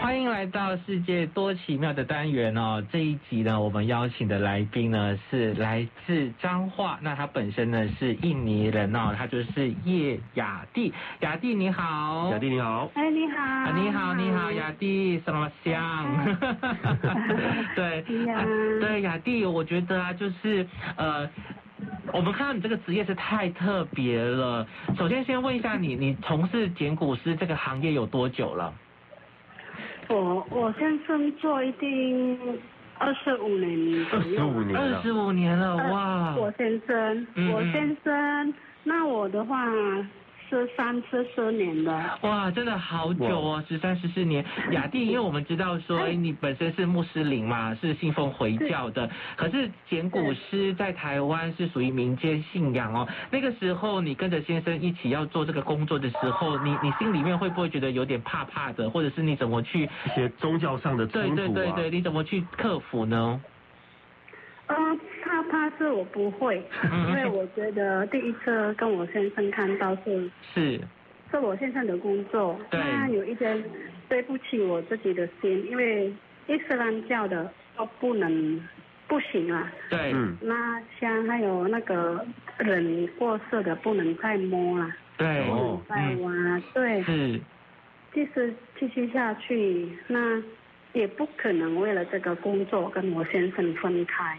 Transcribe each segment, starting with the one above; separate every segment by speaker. Speaker 1: 欢迎来到世界多奇妙的单元哦！这一集呢，我们邀请的来宾呢是来自彰化，那他本身呢是印尼人哦，他就是叶雅蒂。雅蒂你好，
Speaker 2: 小弟你好，
Speaker 3: 哎，你好。嗯
Speaker 1: 啊，你好，你好，雅蒂，什么香？ 对，
Speaker 3: 是呀
Speaker 1: 啊对，雅蒂，我觉得啊，就是呃。我们看到你这个职业是太特别了。首先，先问一下你，你从事剪骨师这个行业有多久了？
Speaker 3: 我我先生做一定二十五年左右。呃
Speaker 2: 25年
Speaker 1: 二十五年了，哇！
Speaker 3: 我先生，
Speaker 1: 嗯
Speaker 3: 我先生，那我的话是三四十年的。
Speaker 1: 哇，真的好久哦，十三十四年。雅蒂，因为我们知道说，哎，你本身是穆斯林嘛，是信奉回教的，可是简古诗在台湾是属于民间信仰哦。那个时候你跟着先生一起要做这个工作的时候，你你心里面会不会觉得有点怕怕的，或者是你怎么去？
Speaker 2: 一些宗教上的
Speaker 1: 对
Speaker 2: 冲突
Speaker 1: 对
Speaker 2: 啊，
Speaker 1: 对对，你怎么去克服呢？
Speaker 3: 呃，怕怕是我不会，
Speaker 1: 嗯
Speaker 3: 因为我觉得第一次跟我先生看到是
Speaker 1: 嗯是，
Speaker 3: 是我先生的工作，
Speaker 1: 对
Speaker 3: 那有一点对不起我自己的心，因为伊斯兰教的都不能不行啊。
Speaker 1: 对，
Speaker 2: 嗯，
Speaker 3: 那像还有那个人过世的不能再摸啦，
Speaker 1: 对，
Speaker 3: 不能
Speaker 2: 哦
Speaker 3: 再
Speaker 1: 嗯，
Speaker 3: 挖，对，
Speaker 1: 是，
Speaker 3: 继续继续下去，那也不可能为了这个工作跟我先生分开，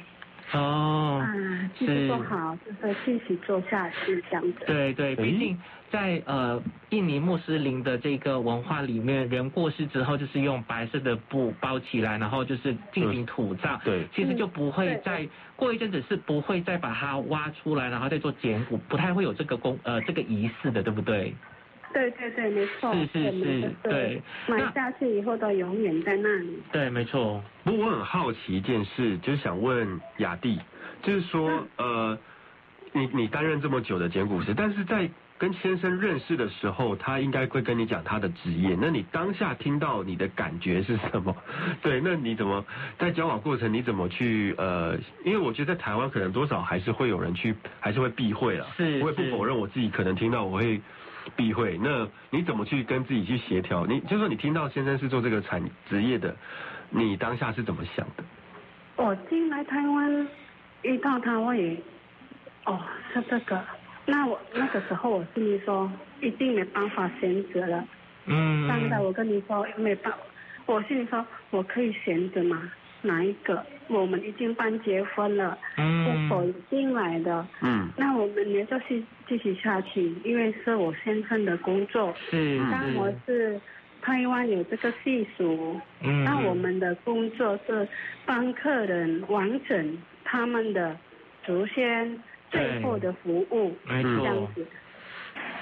Speaker 1: 哦。
Speaker 3: 啊，继续做好，就是继续做下去这样子，
Speaker 1: 对对，毕竟在呃印尼穆斯林的这个文化里面，人过世之后就是用白色的布包起来，然后就是进行土葬。
Speaker 2: 对
Speaker 1: 其实就不会
Speaker 3: 嗯对
Speaker 1: 再过一阵子是不会再把它挖出来，然后再做简骨，不太会有这个工呃这个仪式的，对不对？
Speaker 3: 对对对，没错，
Speaker 1: 是是，
Speaker 3: 我们就是
Speaker 1: 对
Speaker 3: 买下去以后都永远在那里。
Speaker 1: 对，没错。
Speaker 2: 不过我很好奇一件事，就是想问雅蒂，就是说
Speaker 1: 嗯
Speaker 2: 呃，你你担任这么久的简古师，但是在跟先生认识的时候，他应该会跟你讲他的职业，那你当下听到你的感觉是什么？ 对，那你怎么在交往过程你怎么去呃？因为我觉得在台湾可能多少还是会有人去，还是会避讳了。
Speaker 1: 是
Speaker 2: 我也不
Speaker 1: 是
Speaker 2: 否认我自己可能听到我会避讳。那你怎么去跟自己去协调？你就说你听到先生是做这个产职业的，你当下是怎么想的？
Speaker 3: 我哦进来台湾遇到他，我也哦是这个。那我那个时候我心里说，一定没办法选择了。
Speaker 1: 嗯，
Speaker 3: 刚才我跟你说没办，我心里说我可以选择吗？哪一个？我们已经办结婚了，户
Speaker 1: 嗯
Speaker 3: 口也进来的，
Speaker 2: 嗯，
Speaker 3: 那我们也就是继续下去，因为是我先生的工作，
Speaker 1: 是
Speaker 3: 但我
Speaker 1: 是
Speaker 3: 是台湾有这个习俗，
Speaker 1: 嗯
Speaker 3: 那我们的工作是帮客人完整他们的祖先最后的服务，
Speaker 1: 没
Speaker 3: 这
Speaker 1: 错。
Speaker 3: 样子。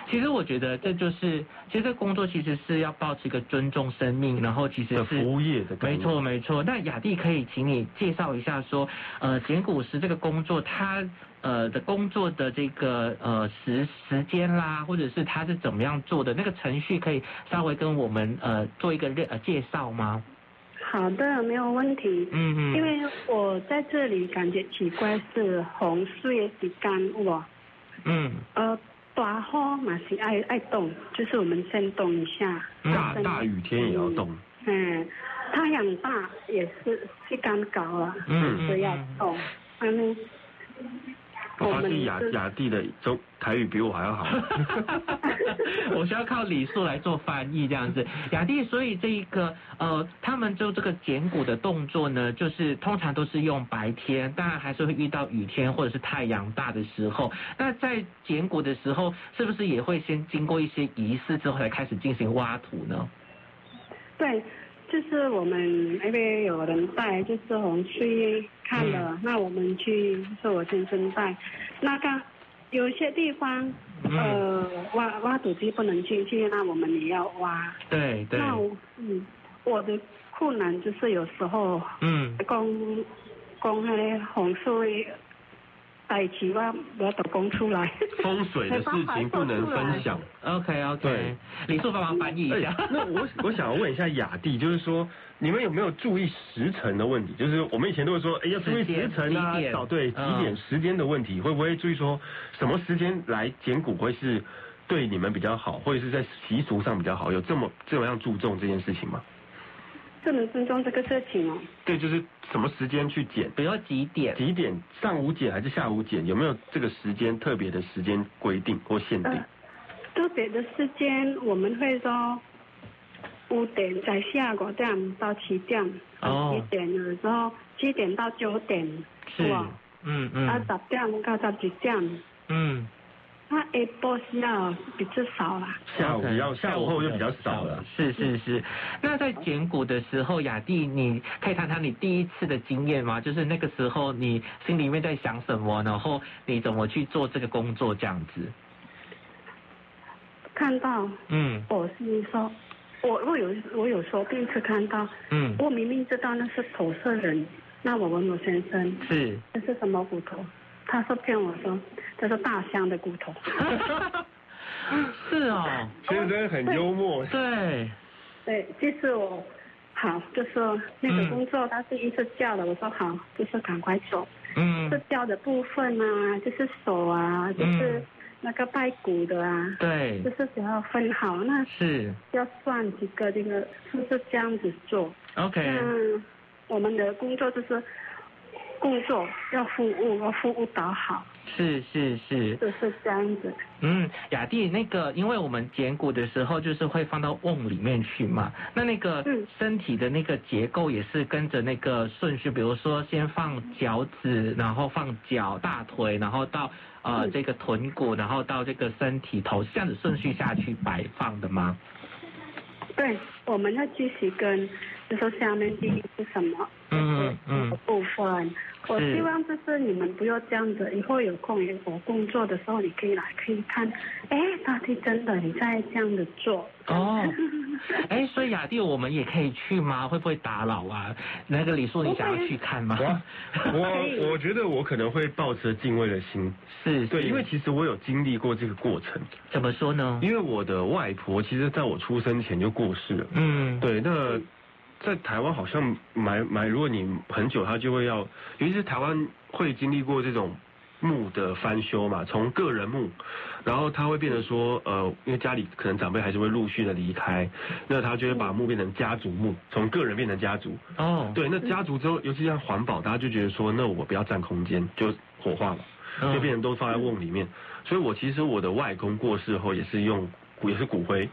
Speaker 1: 其实我觉得这就是，其实这工作其实是要保持一个尊重生命，然后其实
Speaker 2: 的
Speaker 1: 是
Speaker 2: 服务业的概
Speaker 1: 没
Speaker 2: 念
Speaker 1: 错，没错。那雅蒂可以请你介绍一下说，呃，剪骨师这个工作，他呃的工作的这个呃时时间啦，或者是他是怎么样做的，那个程序可以稍微跟我们呃做一个认呃介绍吗？
Speaker 3: 好的，没有问题。
Speaker 1: 嗯嗯，
Speaker 3: 因为我在这里感觉奇怪是红水的干我，
Speaker 1: 嗯
Speaker 3: 呃，大雨嘛是爱爱动，就是我们先动一下。
Speaker 1: 嗯
Speaker 2: 大大雨天也要动，
Speaker 3: 嗯，太阳大也是是干搞了，
Speaker 1: 嗯
Speaker 3: 啊所以要
Speaker 1: 嗯
Speaker 3: 动。嗯，
Speaker 2: 我
Speaker 3: 我
Speaker 2: 发
Speaker 3: 们
Speaker 2: 现雅
Speaker 3: 是
Speaker 2: 雅蒂的中台语比我还要好。
Speaker 1: 我需要靠礼数来做翻译这样子。雅蒂，所以这一个呃，他们就这个剪骨的动作呢，就是通常都是用白天，当然还是会遇到雨天或者是太阳大的时候。那在剪骨的时候，是不是也会先经过一些仪式之后才开始进行挖土呢？
Speaker 3: 对，就是我们因为有人带，就是红去看了，
Speaker 1: 嗯
Speaker 3: 那我们去就是我先生带，那个有一些地方，
Speaker 1: 嗯
Speaker 3: 呃，挖挖土机不能进去，那我们也要挖。
Speaker 1: 对对，
Speaker 3: 那我嗯，我的困难就是有时候
Speaker 1: 嗯
Speaker 3: 讲讲那个红水代志，我我都讲出来。
Speaker 2: 风水的事情不能分享。
Speaker 1: ，OK OK，
Speaker 2: 对
Speaker 1: 礼数帮忙翻译一
Speaker 2: 哎
Speaker 1: 下。
Speaker 2: 那我我想要问一下雅蒂，就是说你们有没有注意时辰的问题？就是我们以前都会说，哎，要注意时辰
Speaker 1: 时间
Speaker 2: 啊
Speaker 1: 几点，
Speaker 2: 早对几
Speaker 1: 嗯
Speaker 2: 点时间的问题，会不会注意说什么时间来捡骨会是对你们比较好，或者是在习俗上比较好？有这么这么样注重这件事情吗？
Speaker 3: 这能尊重这个事情哦。
Speaker 2: 对，就是什么时间去剪，
Speaker 1: 比如说几点？
Speaker 2: 几点上午剪还是下午剪，有没有这个时间特别的时间规定或限定
Speaker 3: 呃？，特别的时间我们会说五点在下午这样到七点，
Speaker 1: 哦
Speaker 3: 七点有时候七点到九点，
Speaker 1: 是
Speaker 3: 哇，
Speaker 1: 嗯
Speaker 3: 啊
Speaker 1: 嗯
Speaker 3: 十点到十一点，
Speaker 1: 嗯，
Speaker 3: 那下波是要比较少啦。
Speaker 2: 下午比较
Speaker 1: OK，
Speaker 2: 下午后就比较少了。。
Speaker 1: 是是是，那在剪骨的时候，雅蒂，你可以谈谈你第一次的经验吗？就是那个时候你心里面在想什么，然后你怎么去做这个工作这样子？
Speaker 3: 看到
Speaker 1: 嗯
Speaker 3: 我是说，我我有我有时候第一次看到，
Speaker 1: 嗯，
Speaker 3: 我明明知道那是投射人，那我问我先生
Speaker 1: 是。
Speaker 3: 这是什么骨头，他说骗我说这是大象的骨 头。
Speaker 1: 是哦，
Speaker 2: 先生很幽默，
Speaker 1: 对，
Speaker 3: 对，其实我好，就是那个
Speaker 1: 嗯
Speaker 3: 工作，他是一次叫的，我说好，就是赶快走。
Speaker 1: 嗯
Speaker 3: 这，叫的部分啊，就是手啊，就是
Speaker 1: 嗯
Speaker 3: 那个拜骨的啊，
Speaker 1: 对
Speaker 3: 就，是只要分好，那
Speaker 1: 是
Speaker 3: 要算几个这个是不是这样子做？
Speaker 1: ，OK，
Speaker 3: 那我们的工作就是工作要服务，要服务到好，
Speaker 1: 是是是，
Speaker 3: 就是这样子。
Speaker 1: 嗯，雅蒂，那个因为我们剪骨的时候就是会放到瓮里面去嘛，那那个
Speaker 3: 嗯
Speaker 1: 身体的那个结构也是跟着那个顺序，比如说先放脚趾，然后放脚、大腿，然后到呃
Speaker 3: 嗯
Speaker 1: 这个臀骨，然后到这个身体头，这样子顺序下去摆放的吗？
Speaker 3: 对，我们要继续跟，就说下面第一是什么，
Speaker 1: 嗯嗯
Speaker 3: 部分。我
Speaker 1: 是
Speaker 3: 希望就是你们不要这样子，以后有空有我工作的时候，你可以来可以看，哎，到底真的你在这样子做。
Speaker 1: 哦，哎，所以雅蒂，我们也可以去吗？会不会打扰啊？那个李叔，你想要去看吗？
Speaker 2: 啊 我我觉得我可能会抱持敬畏的心，
Speaker 1: 是，
Speaker 2: 对，
Speaker 1: 是
Speaker 2: 因为其实我有经历过这个过程，
Speaker 1: 怎么说呢？
Speaker 2: 因为我的外婆其实在我出生前就过世了，
Speaker 1: 嗯，
Speaker 2: 对，那在台湾好像买买，如果你很久，他就会要，尤其是台湾会经历过这种墓的翻修嘛，从个人墓，然后他会变得说，呃，因为家里可能长辈还是会陆续的离开，那他就会把墓变成家族墓，从个人变成家族。
Speaker 1: 哦，
Speaker 2: 对，那家族之后，尤其像环保，大家就觉得说，那我不要占空间，就火化嘛，
Speaker 1: 嗯
Speaker 2: 就变成都放在瓮里面。所以我其实我的外公过世后也是用也是骨灰，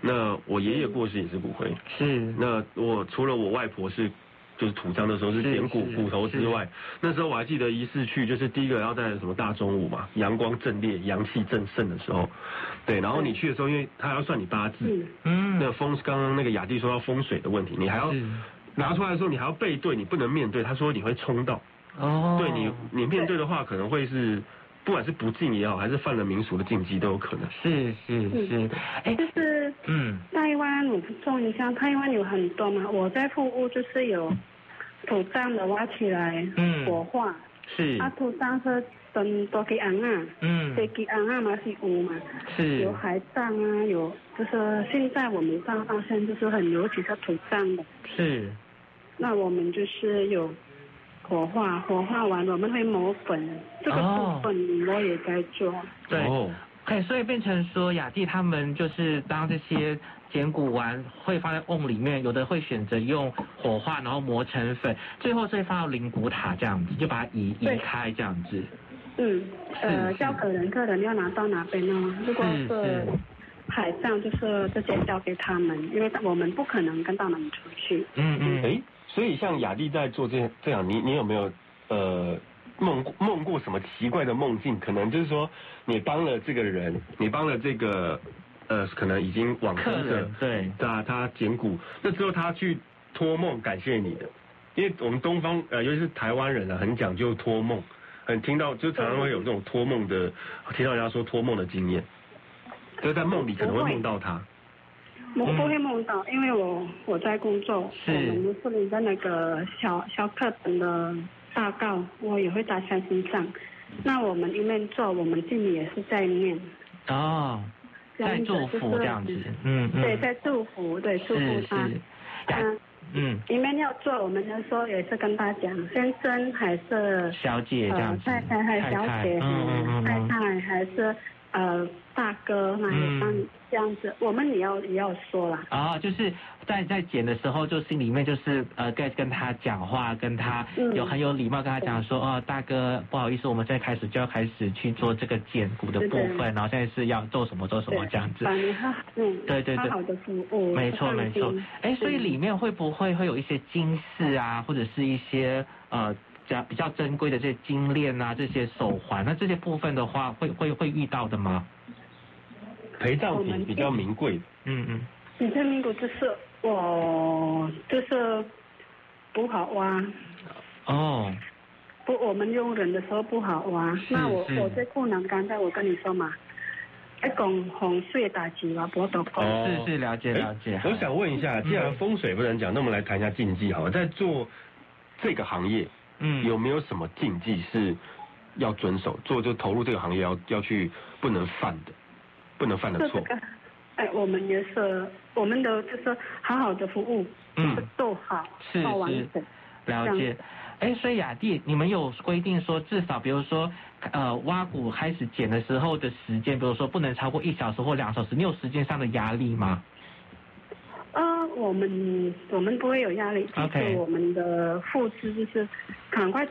Speaker 2: 那我爷爷过世也是骨灰。
Speaker 1: 是，
Speaker 2: 那我除了我外婆是就是土葬的时候是
Speaker 1: 是
Speaker 2: 捡骨
Speaker 1: 是
Speaker 2: 骨头之外，那时候我还记得仪式去就是第一个要在什么大中午嘛，阳光正烈、阳气正盛的时候，对，然后你去的时候，因为他要算你八字，
Speaker 3: 嗯，
Speaker 1: 嗯，
Speaker 2: 那风刚刚那个雅蒂说到风水的问题，你还要
Speaker 1: 是
Speaker 2: 拿出来的时候你还要背对，你不能面对，他说你会冲到，
Speaker 1: 哦，
Speaker 2: 对你你面对的话可能会是不管是不敬也好，还是犯了民俗的禁忌都有可能。
Speaker 1: 是是是，哎
Speaker 3: 嗯就，是
Speaker 1: 嗯，
Speaker 3: 台湾，我不重一下，台湾有很多嘛，我在服务就是有土葬的挖起来
Speaker 1: 嗯
Speaker 3: 火化，
Speaker 1: 是，
Speaker 3: 啊土葬是分多给昂啊，
Speaker 1: 嗯，
Speaker 3: 对给昂啊嘛是有嘛。
Speaker 1: 是
Speaker 3: 有海葬啊，有就是现在我们葬发现就是很尤其是土葬的，
Speaker 1: 是，
Speaker 3: 那我们就是有火化，火化完我们会磨粉，这个
Speaker 1: 哦
Speaker 3: 部分我也在做。
Speaker 1: 对，
Speaker 2: 哦，
Speaker 1: 哎，所以变成说雅蒂他们就是当这些剪骨完会放在瓮里面，有的会选择用火化，然后磨成粉，最后再放到灵骨塔这样子，就把它移移
Speaker 3: 对
Speaker 1: 开这样子。
Speaker 3: 嗯，呃，
Speaker 1: 是
Speaker 3: 交给人，客人要拿到哪边呢？如果
Speaker 1: 是
Speaker 3: 是
Speaker 1: 是
Speaker 3: 海葬，就是直接交给他们，因为我们不可能跟他们出去。
Speaker 1: 嗯嗯，
Speaker 2: 哎，所以像雅丽在做这这样，你你有没有呃梦过梦过什么奇怪的梦境？可能就是说你帮了这个人，你帮了这个呃，可能已经往
Speaker 1: 客
Speaker 2: 生者
Speaker 1: 人，对，
Speaker 2: 他他捡骨，那之后他去托梦感谢你的，因为我们东方呃，尤其是台湾人啊，很讲究托梦，很听到就常常会有这种托梦的，听到人家说托梦的经验，就是在梦里可能会梦到他。
Speaker 3: 我不会梦到，因为我我在工作，
Speaker 1: 嗯是
Speaker 3: 我们是领的那个小小课本的报告，我也会打在心上。那我们一面做，我们心里也是在念，
Speaker 1: 哦，
Speaker 3: 这样
Speaker 1: 在
Speaker 3: 子
Speaker 1: 祝福
Speaker 3: 就是
Speaker 1: 这样子，嗯嗯，
Speaker 3: 对，在祝福，对，祝福
Speaker 1: 是
Speaker 3: 他
Speaker 1: 是。，雅
Speaker 3: 嗯，
Speaker 1: 嗯，
Speaker 3: 一面要做，我们就说也是跟他讲，先生还是
Speaker 1: 小姐这样
Speaker 3: 呃
Speaker 1: 子，
Speaker 3: 太太还是小姐，
Speaker 1: 嗯嗯嗯
Speaker 3: 太
Speaker 1: 嗯，
Speaker 3: 太还是呃大哥那
Speaker 1: 嗯
Speaker 3: 一方这样子，我们也要也要说啦。
Speaker 1: 啊、就是在在剪的时候，就心里面就是呃跟跟他讲话，跟他
Speaker 3: 嗯
Speaker 1: 有很有礼貌跟他讲说，哦大哥不好意思，我们现在开始就要开始去做这个剪骨的
Speaker 3: 对
Speaker 1: 部
Speaker 3: 对
Speaker 1: 分，然后现在是要做什么做什么
Speaker 3: 对
Speaker 1: 这样子。
Speaker 3: 把你好，嗯，
Speaker 1: 对对对
Speaker 3: 好好的服务，
Speaker 1: 没错
Speaker 3: 放
Speaker 1: 没
Speaker 3: 心
Speaker 1: 错，哎，所以
Speaker 3: 嗯
Speaker 1: 里面会不会会有一些金饰啊，或者是一些呃比较比较珍贵的这些金链啊，这些手环，那这些部分的话，会会会遇到的吗？
Speaker 2: 陪葬品比较名贵，
Speaker 1: 嗯嗯，
Speaker 3: 你在民国就是我就是不好挖，
Speaker 1: 哦，
Speaker 3: 不我们用人的时候不好挖。
Speaker 1: 是
Speaker 3: 那我
Speaker 1: 是
Speaker 3: 我在困难，刚才我跟你说嘛，一共洪水打击嘛，波多公。
Speaker 2: 哦
Speaker 1: 是是了解了解。嗯
Speaker 2: 我想问一下，既然风水不能讲，那我们来谈一下禁忌好了。在做这个行业，
Speaker 1: 嗯
Speaker 2: 有没有什么禁忌是要遵守？做就投入这个行业要要去不能犯的，不能犯的
Speaker 3: 这
Speaker 2: 错。
Speaker 3: 个，哎，我们也是，我们的就是好好的服务，
Speaker 1: 嗯
Speaker 3: 就是做好，
Speaker 1: 是
Speaker 3: 做完
Speaker 1: 是
Speaker 3: 整。
Speaker 1: 了解。哎，所以雅蒂，你们有规定说，至少比如说，呃，挖骨开始剪的时候的时间，比如说不能超过一小时或两小时，你有时间上的压力吗？
Speaker 3: 呃，我们我们不会有压力，就
Speaker 1: OK
Speaker 3: 是我们的付出就是赶快，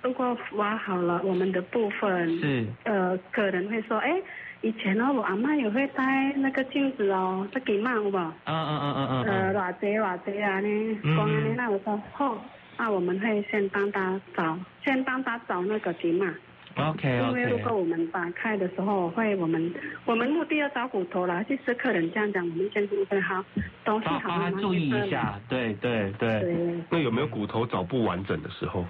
Speaker 3: 如果挖好了我们的部分，
Speaker 1: 是，
Speaker 3: 呃，可能会说，哎，以前呢、我阿妈也会戴那个镜子哦，这给嘛有无？
Speaker 1: 嗯嗯嗯嗯
Speaker 3: 呃，
Speaker 1: 嗯嗯，
Speaker 3: 偌济偌济啊呢，
Speaker 1: 嗯
Speaker 3: 讲安尼，那我说好，那我们会先帮他找，先帮他找那个给嘛。
Speaker 1: ，OK
Speaker 3: 因为如果
Speaker 1: OK，
Speaker 3: 我们打开的时候，会我们我们目的要找骨头啦，就是客人这样讲，我们先准备好东西
Speaker 1: 帮
Speaker 3: 好
Speaker 1: 帮他
Speaker 3: 了吗？
Speaker 1: 注意一下，对对对，
Speaker 3: 对
Speaker 2: 那有没有骨头找不完整的时候？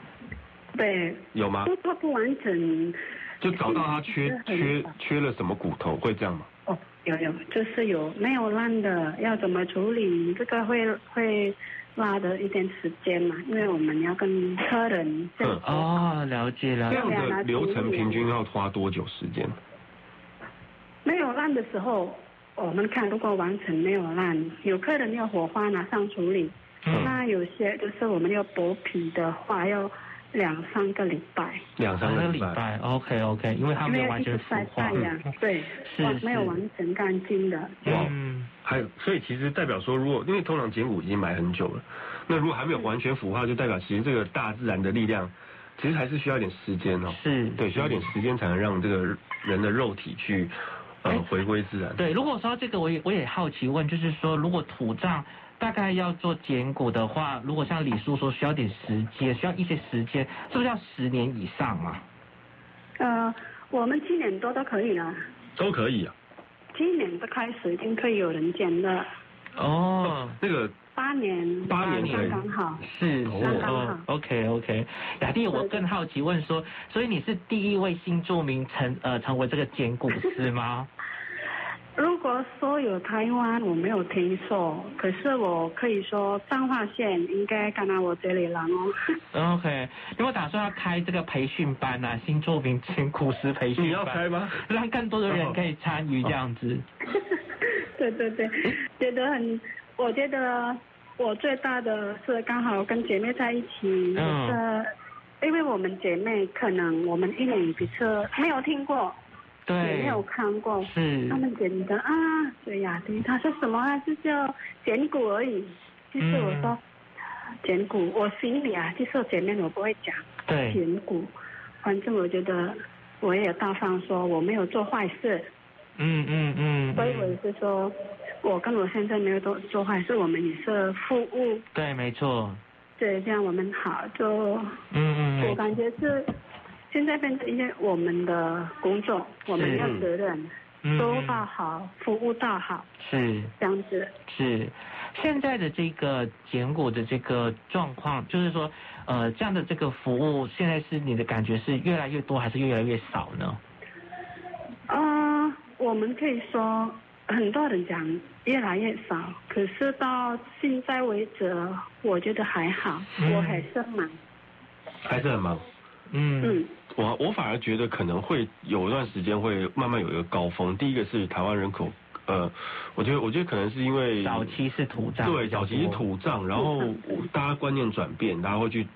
Speaker 3: 对，
Speaker 2: 有吗
Speaker 3: 都？做不完整。
Speaker 2: 就找到它缺
Speaker 3: 嗯
Speaker 2: 缺缺了什么骨头，会这样吗？
Speaker 3: 哦，有有，就是有没有烂的，要怎么处理？这个会会拉的一点时间嘛，因为我们要跟客人这样
Speaker 2: 嗯
Speaker 1: 哦，了解了
Speaker 3: 啊
Speaker 2: 这
Speaker 1: 解
Speaker 2: 样的流程平均要花多久时间？
Speaker 3: 没有烂的时候，我们看如果完成没有烂，有客人要火花拿上处理，
Speaker 1: 嗯
Speaker 3: 那有些就是我们要剥皮的话，要两三个礼拜，
Speaker 2: 两三
Speaker 1: 两
Speaker 2: 个
Speaker 1: 个
Speaker 2: 礼
Speaker 1: 礼
Speaker 2: 拜。
Speaker 1: 拜，OK OK，因为他没有
Speaker 3: 因为
Speaker 1: 完
Speaker 3: 一
Speaker 1: 全嗯
Speaker 3: 直
Speaker 1: 腐
Speaker 3: 晒
Speaker 1: 化
Speaker 3: 太，阳，对，
Speaker 1: 是
Speaker 3: 完
Speaker 1: 是
Speaker 3: 没有完成干净的。
Speaker 2: 哇
Speaker 1: 嗯，
Speaker 2: 还有，所以其实代表说，如果因为通常剪骨已经埋很久了，那如果还没有完全腐化，就代表其实这个大自然的力量，其实还是需要一点时间哦。
Speaker 1: 是，
Speaker 2: 对，需要一点时间才能让这个人的肉体去
Speaker 1: 哎
Speaker 2: 呃回归自然。
Speaker 1: 对，如果说到这个，我也我也好奇问，就是说，如果土葬大概要做减骨的话，如果像李叔说需要点时间，需要一些时间，是不是要十年以上啊？
Speaker 3: 呃，我们七点多都可以了，
Speaker 2: 都可以啊。
Speaker 3: 七年的开始已经可以有人捡了，
Speaker 1: 哦，
Speaker 2: 那个
Speaker 3: 八年，
Speaker 2: 八年
Speaker 3: 刚刚好。
Speaker 1: 是
Speaker 2: 哦
Speaker 1: 是哦，OK OK，雅弟，我
Speaker 3: 对
Speaker 1: 更好奇问说，所以你是第一位新著名成呃成为这个减骨师吗？
Speaker 3: 如果说有台湾，我没有听说，可是我可以说彰化县应该刚到我这里了哦。
Speaker 1: OK，因为我打算要开这个培训班啊，新作品前苦师培训班，
Speaker 2: 你要开哦吗？
Speaker 1: 让更多的人可以参与这样子。
Speaker 3: 哦 对对对，觉得很，我觉得我最大的是刚好跟姐妹在一起，
Speaker 1: 嗯
Speaker 3: 就是因为我们姐妹可能我们一年比较没有听过，也
Speaker 1: 对，
Speaker 3: 没有看过，
Speaker 1: 是
Speaker 3: 他，们觉得啊，对呀、对，他说什么啊，就叫剪骨而已。其实我说、剪骨，我心里啊，就是我前面我不会讲
Speaker 1: 对，
Speaker 3: 剪骨，反正我觉得我也大方说我没有做坏事。
Speaker 1: 嗯嗯嗯，
Speaker 3: 所以我
Speaker 1: 嗯
Speaker 3: 是说，我跟我先生没有做做坏事，我们也是服务，
Speaker 1: 对，没错，
Speaker 3: 对，这样我们好。就
Speaker 1: 嗯嗯
Speaker 3: 我感觉是现在变成一些我们的工作，我们要责任，
Speaker 1: 嗯，
Speaker 3: 都到
Speaker 1: 嗯
Speaker 3: 好，服务到好，
Speaker 1: 是
Speaker 3: 这样子。
Speaker 1: 是，现在的这个减骨的这个状况，就是说，呃，这样的这个服务，现在是你的感觉是越来越多还是越来越少呢？
Speaker 3: 啊、我们可以说，很多人讲越来越少，可是到现在为止，我觉得还好，
Speaker 1: 嗯
Speaker 3: 我还是忙，
Speaker 2: 还是很忙。
Speaker 1: 嗯，
Speaker 3: 嗯
Speaker 2: 我我反而觉得可能会有一段时间会慢慢有一个高峰。第一个是台湾人口，呃，我觉得我觉得可能是因为
Speaker 1: 早期是土葬，
Speaker 2: 对早期是，土葬，然后大家观念转变，大家会去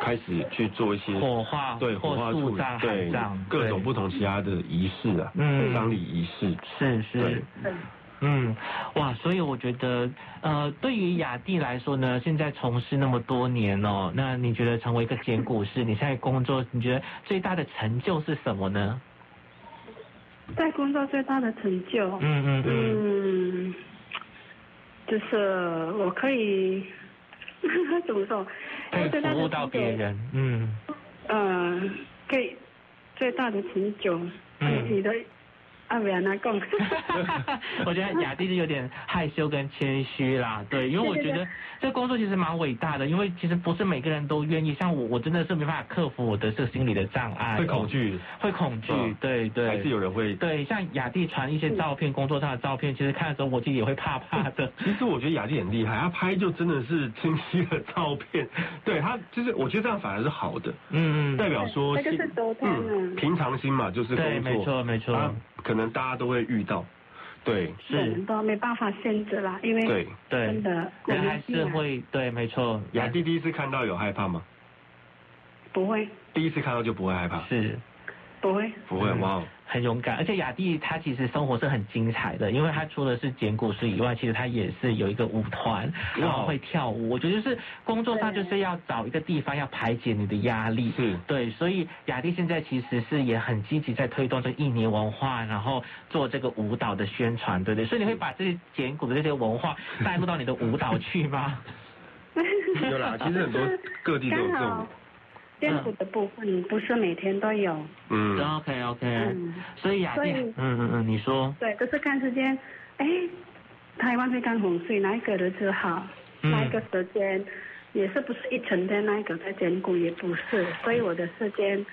Speaker 2: 开始去做一些
Speaker 1: 火化
Speaker 2: 对火
Speaker 1: 或
Speaker 2: 化处
Speaker 1: 树
Speaker 2: 理
Speaker 1: 葬、海
Speaker 2: 对
Speaker 1: 葬，
Speaker 2: 各
Speaker 1: 对
Speaker 2: 种不同其他的仪式啊，
Speaker 1: 嗯
Speaker 2: 丧礼仪式，
Speaker 1: 是是
Speaker 2: 对。
Speaker 3: 对
Speaker 1: 嗯，哇，所以我觉得，呃，对于雅蒂来说呢，现在从事那么多年哦，那你觉得成为一个剪骨师，你现在工作，你觉得最大的成就是什么呢？
Speaker 3: 在工作最大的成就，
Speaker 1: 嗯嗯嗯，
Speaker 3: 嗯，就是我可以怎么说？
Speaker 1: 可以
Speaker 3: 最大的
Speaker 1: 服务到
Speaker 3: 成就
Speaker 1: 别。人， 嗯
Speaker 3: 呃，给最大的成就，
Speaker 1: 嗯
Speaker 3: 你的阿伟来讲。
Speaker 1: 我觉得雅蒂是有点害羞跟谦虚啦，对，因为我觉得这工作其实蛮伟大的，因为其实不是每个人都愿意，像我，我真的是没办法克服我的这个心理的障碍，哦
Speaker 2: 会恐，惧，
Speaker 1: 会哎恐惧，
Speaker 2: 嗯
Speaker 1: 对对，
Speaker 2: 还是有人会。
Speaker 1: 对，像雅蒂传一些
Speaker 3: 嗯
Speaker 1: 照片，工作上的照片，其实看的时候我自己也会怕怕 的。
Speaker 2: 其实我觉得雅静很厉害，她拍就真的是清晰的照片，对她就是我觉得这样反而是好的，
Speaker 1: 嗯
Speaker 2: 代表说
Speaker 3: 那就是
Speaker 2: 心
Speaker 3: 沟通啊
Speaker 2: 嗯，平常心嘛，就是
Speaker 1: 对，
Speaker 2: 工
Speaker 1: 没
Speaker 2: 作，
Speaker 1: 错没
Speaker 2: 啊
Speaker 1: 错，，
Speaker 2: 可能大家都会遇到，对
Speaker 3: 我们都没办法限制啦，因为
Speaker 2: 对。
Speaker 1: 对
Speaker 3: 真，的，我
Speaker 1: 人还
Speaker 3: 们
Speaker 1: 是会对，没错，
Speaker 2: 雅蒂第一次看到有害怕吗？
Speaker 3: 不会
Speaker 2: 第一次看到就不会害怕，
Speaker 1: 是
Speaker 3: 不会，
Speaker 2: 不会，
Speaker 1: 嗯
Speaker 2: 哇哦，
Speaker 1: 很勇敢，而且雅蒂她其实生活是很精彩的，因为她除了是剪骨师以外，其实她也是有一个舞团，然
Speaker 3: 哦
Speaker 1: 后会跳舞。我觉得就是工作上就是要找一个地方要排解你的压力，
Speaker 2: 是
Speaker 1: 对，所以雅蒂现在其实是也很积极在推动这个印尼文化，然后做这个舞蹈的宣传，对不对？所以你会把这些剪骨的这些文化带入到你的舞蹈去吗？
Speaker 2: 有啦，其实很多各地都有
Speaker 3: 刚
Speaker 2: 这
Speaker 3: 好
Speaker 2: 种，
Speaker 3: 艰苦的部分不是每天都有，
Speaker 2: 嗯，
Speaker 1: OK OK，、
Speaker 3: 嗯
Speaker 1: 所以雅蒂，
Speaker 3: 所以
Speaker 1: 嗯嗯嗯，你说，
Speaker 3: 对，就是看时间，哎，台湾会干红水哪一个日子好，
Speaker 1: 嗯
Speaker 3: 哪一个时间，也是不是一整天那一个在兼顾也不是，所以我的时间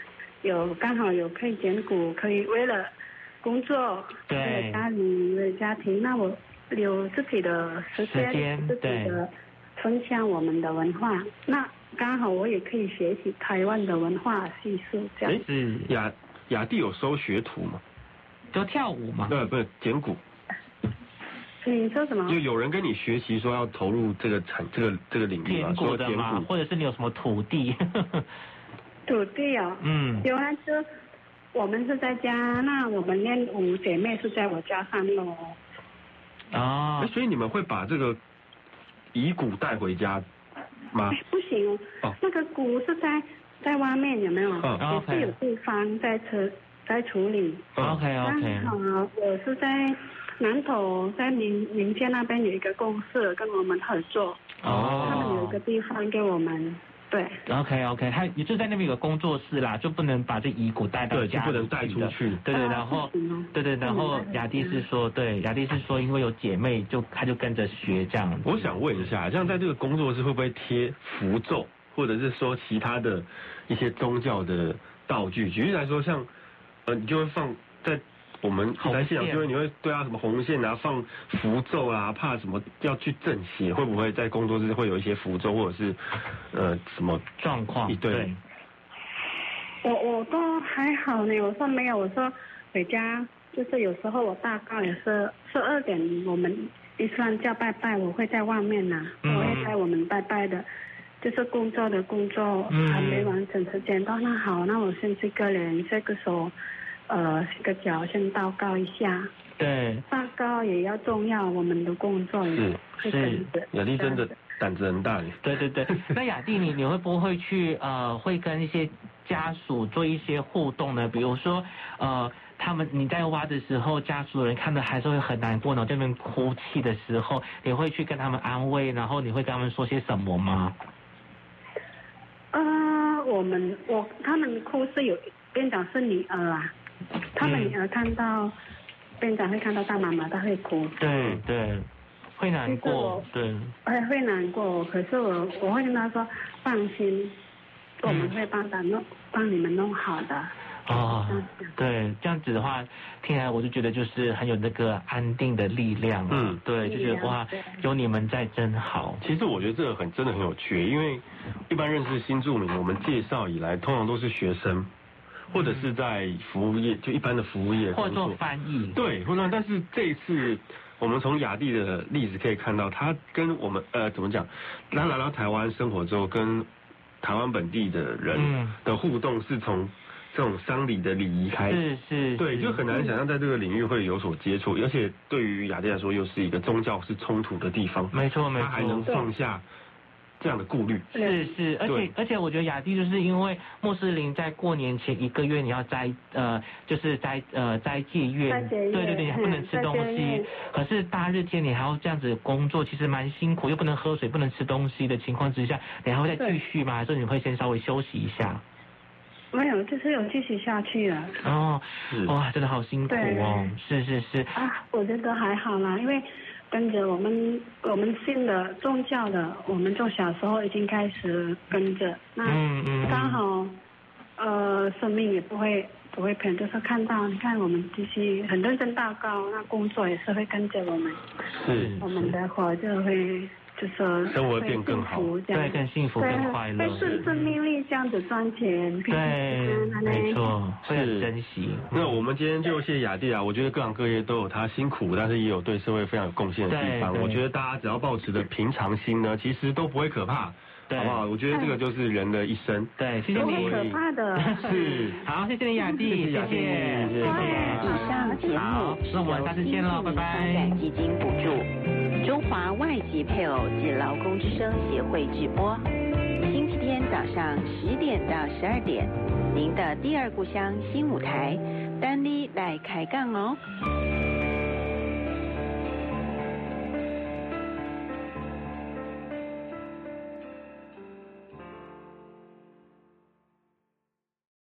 Speaker 3: 有刚好有可以兼顾，可以为了工作，
Speaker 1: 对
Speaker 3: 为了家里，为了家庭，那我有自己的时间，
Speaker 1: 时间
Speaker 3: 自己
Speaker 1: 对
Speaker 3: 的分享我们的文化，那刚好我也可以学习台湾的文化习俗，这样
Speaker 2: 哎。
Speaker 1: 是
Speaker 2: 雅雅蒂有收学徒吗？
Speaker 1: 就跳舞嘛？
Speaker 2: 呃，不是剪骨，
Speaker 3: 你说什么？
Speaker 1: 嗯
Speaker 2: 就有人跟你学习说要投入这个产这个这个领域
Speaker 1: 田
Speaker 2: 嘛，
Speaker 1: 谷
Speaker 2: 说
Speaker 1: 的
Speaker 2: 剪
Speaker 1: 嘛，
Speaker 2: 骨，
Speaker 1: 啊或者是你有什么土地？
Speaker 3: 土地哦。
Speaker 1: 嗯，
Speaker 3: 有啊，就我们是在家，那我们练舞姐妹是在我家上楼。
Speaker 1: 哦
Speaker 2: 哎，所以你们会把这个遗骨带回家吗
Speaker 1: 啊
Speaker 3: 哎？，不行，
Speaker 2: 哦
Speaker 3: 那个鼓是在在外面有没有？
Speaker 2: 嗯
Speaker 3: 也是
Speaker 1: 哦 OK
Speaker 3: 有地方在处在处理。
Speaker 1: 哎，OK
Speaker 3: 那
Speaker 1: OK，
Speaker 3: 好，我是在南头，在民民间那边有一个公社跟我们合作，他们有一
Speaker 1: 哦
Speaker 3: 个地方给我们，对，
Speaker 1: ，OK OK，他也就在那边有个工作室啦，就不能把这遗骨带到
Speaker 2: 对，就
Speaker 1: 家，
Speaker 2: 不能带出。去，
Speaker 1: 对对，
Speaker 3: 啊
Speaker 1: 然后
Speaker 3: 不行哦嗯
Speaker 1: 对对，然后雅蒂是说，对，雅蒂是说，因为有姐妹，就她就跟着学这样子。
Speaker 2: 我想问一下，像在这个工作室会不会贴符咒，或者是说其他的一些宗教的道具？举例来说，像呃，你就会放在我们
Speaker 1: 红
Speaker 2: 在现场
Speaker 1: 线
Speaker 2: 就会你会对啊什么红线啊，放符咒啊，怕什么要去正邪，会不会在工作室会有一些符咒或者是呃什么？
Speaker 1: 状况，
Speaker 2: 一对
Speaker 1: 对，
Speaker 3: 我我都还好呢，我说没有，我说回家就是有时候我大概也是十二点，我们伊斯兰教拜拜，我会在外面呐、
Speaker 1: 嗯
Speaker 3: 我会在我们拜拜的，就是工作的工作、
Speaker 1: 嗯
Speaker 3: 还没完成时间到，那好，那我先去个人这个时候，呃，洗个脚先祷告一下，
Speaker 1: 对，
Speaker 3: 祷告也要重要，我们的工作也
Speaker 2: 是
Speaker 3: 会跟着
Speaker 2: 雅丽真的
Speaker 3: 这样子
Speaker 2: 胆子很大耶，
Speaker 1: 对对 对。那雅蒂，你你会不会去呃，会跟一些家属做一些互动呢？比如说呃，他们你在挖的时候，家属人看的还是会很难过呢，这边哭泣的时候，你会去跟他们安慰，然后你会跟他们说些什么吗？
Speaker 3: 呃，我们我他们哭是有院长是女儿啊，他们
Speaker 1: 嗯
Speaker 3: 女儿看到院长会看到大妈妈，她会哭，
Speaker 1: 对对，会难
Speaker 3: 其实
Speaker 1: 过
Speaker 3: 我，
Speaker 1: 对，
Speaker 3: 会会难过。可是我我会跟她说放心，我们会帮她弄帮你们弄好的。
Speaker 1: 哦
Speaker 3: 嗯，
Speaker 1: 对，这样子的话，听来我就觉得就是很有那个安定的力量啊，
Speaker 2: 嗯
Speaker 1: 对，就觉
Speaker 3: 力
Speaker 1: 得
Speaker 3: 量
Speaker 1: 哇
Speaker 3: 对，
Speaker 1: 有你们在真好，
Speaker 2: 其实我觉得这个很真的很有趣，因为一般认识新住民，我们介绍以来通常都是学生，或者是在服务业，就一般的服务业
Speaker 1: 或
Speaker 2: 工
Speaker 1: 者做
Speaker 2: 作。
Speaker 1: 翻译，
Speaker 2: 对，混乱。但是这一次，我们从雅蒂的例子可以看到，他跟我们呃怎么讲，他来到台湾生活之后，跟台湾本地的人
Speaker 1: 嗯
Speaker 2: 的互动是从这种丧礼的礼仪开始。
Speaker 1: 是是，
Speaker 2: 对，
Speaker 1: 是
Speaker 2: 就很难想象在这个领域会有所接触，而且对于雅典来说，又是一个宗教是冲突的地方，
Speaker 1: 没错没
Speaker 2: 他还能
Speaker 1: 错。
Speaker 2: 放下这样的顾虑。
Speaker 1: 是是，而且
Speaker 2: 对
Speaker 1: 而且我觉得雅蒂就是因为穆斯林在过年前一个月你要斋呃就是斋呃斋戒月
Speaker 3: 斋，戒
Speaker 1: 对
Speaker 3: 月
Speaker 1: 对对，你还不能
Speaker 3: 嗯
Speaker 1: 吃东
Speaker 3: 斋戒
Speaker 1: 西
Speaker 3: 月，
Speaker 1: 可是大热天你还要这样子工作，其实蛮辛苦，又不能喝水，不能吃东西的情况之下，你还会再继
Speaker 3: 对
Speaker 1: 续吗？还是你会先稍微休息一下？
Speaker 3: 没有，就是有继续下去了。
Speaker 1: 哦
Speaker 2: 是，
Speaker 1: 哇，真的好辛苦哦，是是是，
Speaker 3: 啊，我觉得还好啦，因为跟着我们我们信的宗教的，我们从小时候已经开始跟着，那
Speaker 1: 嗯嗯，
Speaker 3: 刚好，呃，生命也不会不会偏，就是看到你看我们继续很认真祷告，那工作也是会跟着我们，
Speaker 2: 是
Speaker 3: 我们的活就会就是
Speaker 2: 生活变更好
Speaker 3: 会幸福这样
Speaker 1: 对，更幸福，
Speaker 3: 对
Speaker 1: 更快乐，
Speaker 3: 会顺顺利利这样子赚钱，
Speaker 1: 对，没
Speaker 3: 错，
Speaker 1: 错，会很
Speaker 2: 是
Speaker 1: 珍惜。
Speaker 2: 那我们今天就谢谢雅蒂啊，我觉得各行各业都有他辛苦，但是也有对社会非常有贡献的地方。
Speaker 1: 对对
Speaker 2: 我觉得大家只要保持着平常心呢，其实都不会可怕，
Speaker 1: 对
Speaker 2: 好不好？我觉得这个就是人的一生。
Speaker 1: 对，谢谢
Speaker 3: 不会
Speaker 1: 你。
Speaker 3: 可怕 的。
Speaker 2: 是，
Speaker 1: 好，谢谢你雅蒂，
Speaker 2: 谢谢雅蒂谢谢
Speaker 4: 以上节
Speaker 1: 好
Speaker 4: 目
Speaker 1: 那我们
Speaker 4: 由
Speaker 1: 下次见喽拜拜
Speaker 4: 发展基金补助，中华外籍配偶及劳工之声协会直播，星期天早上十点到十二点，您的第二故乡新舞台，丹妮来开杠哦。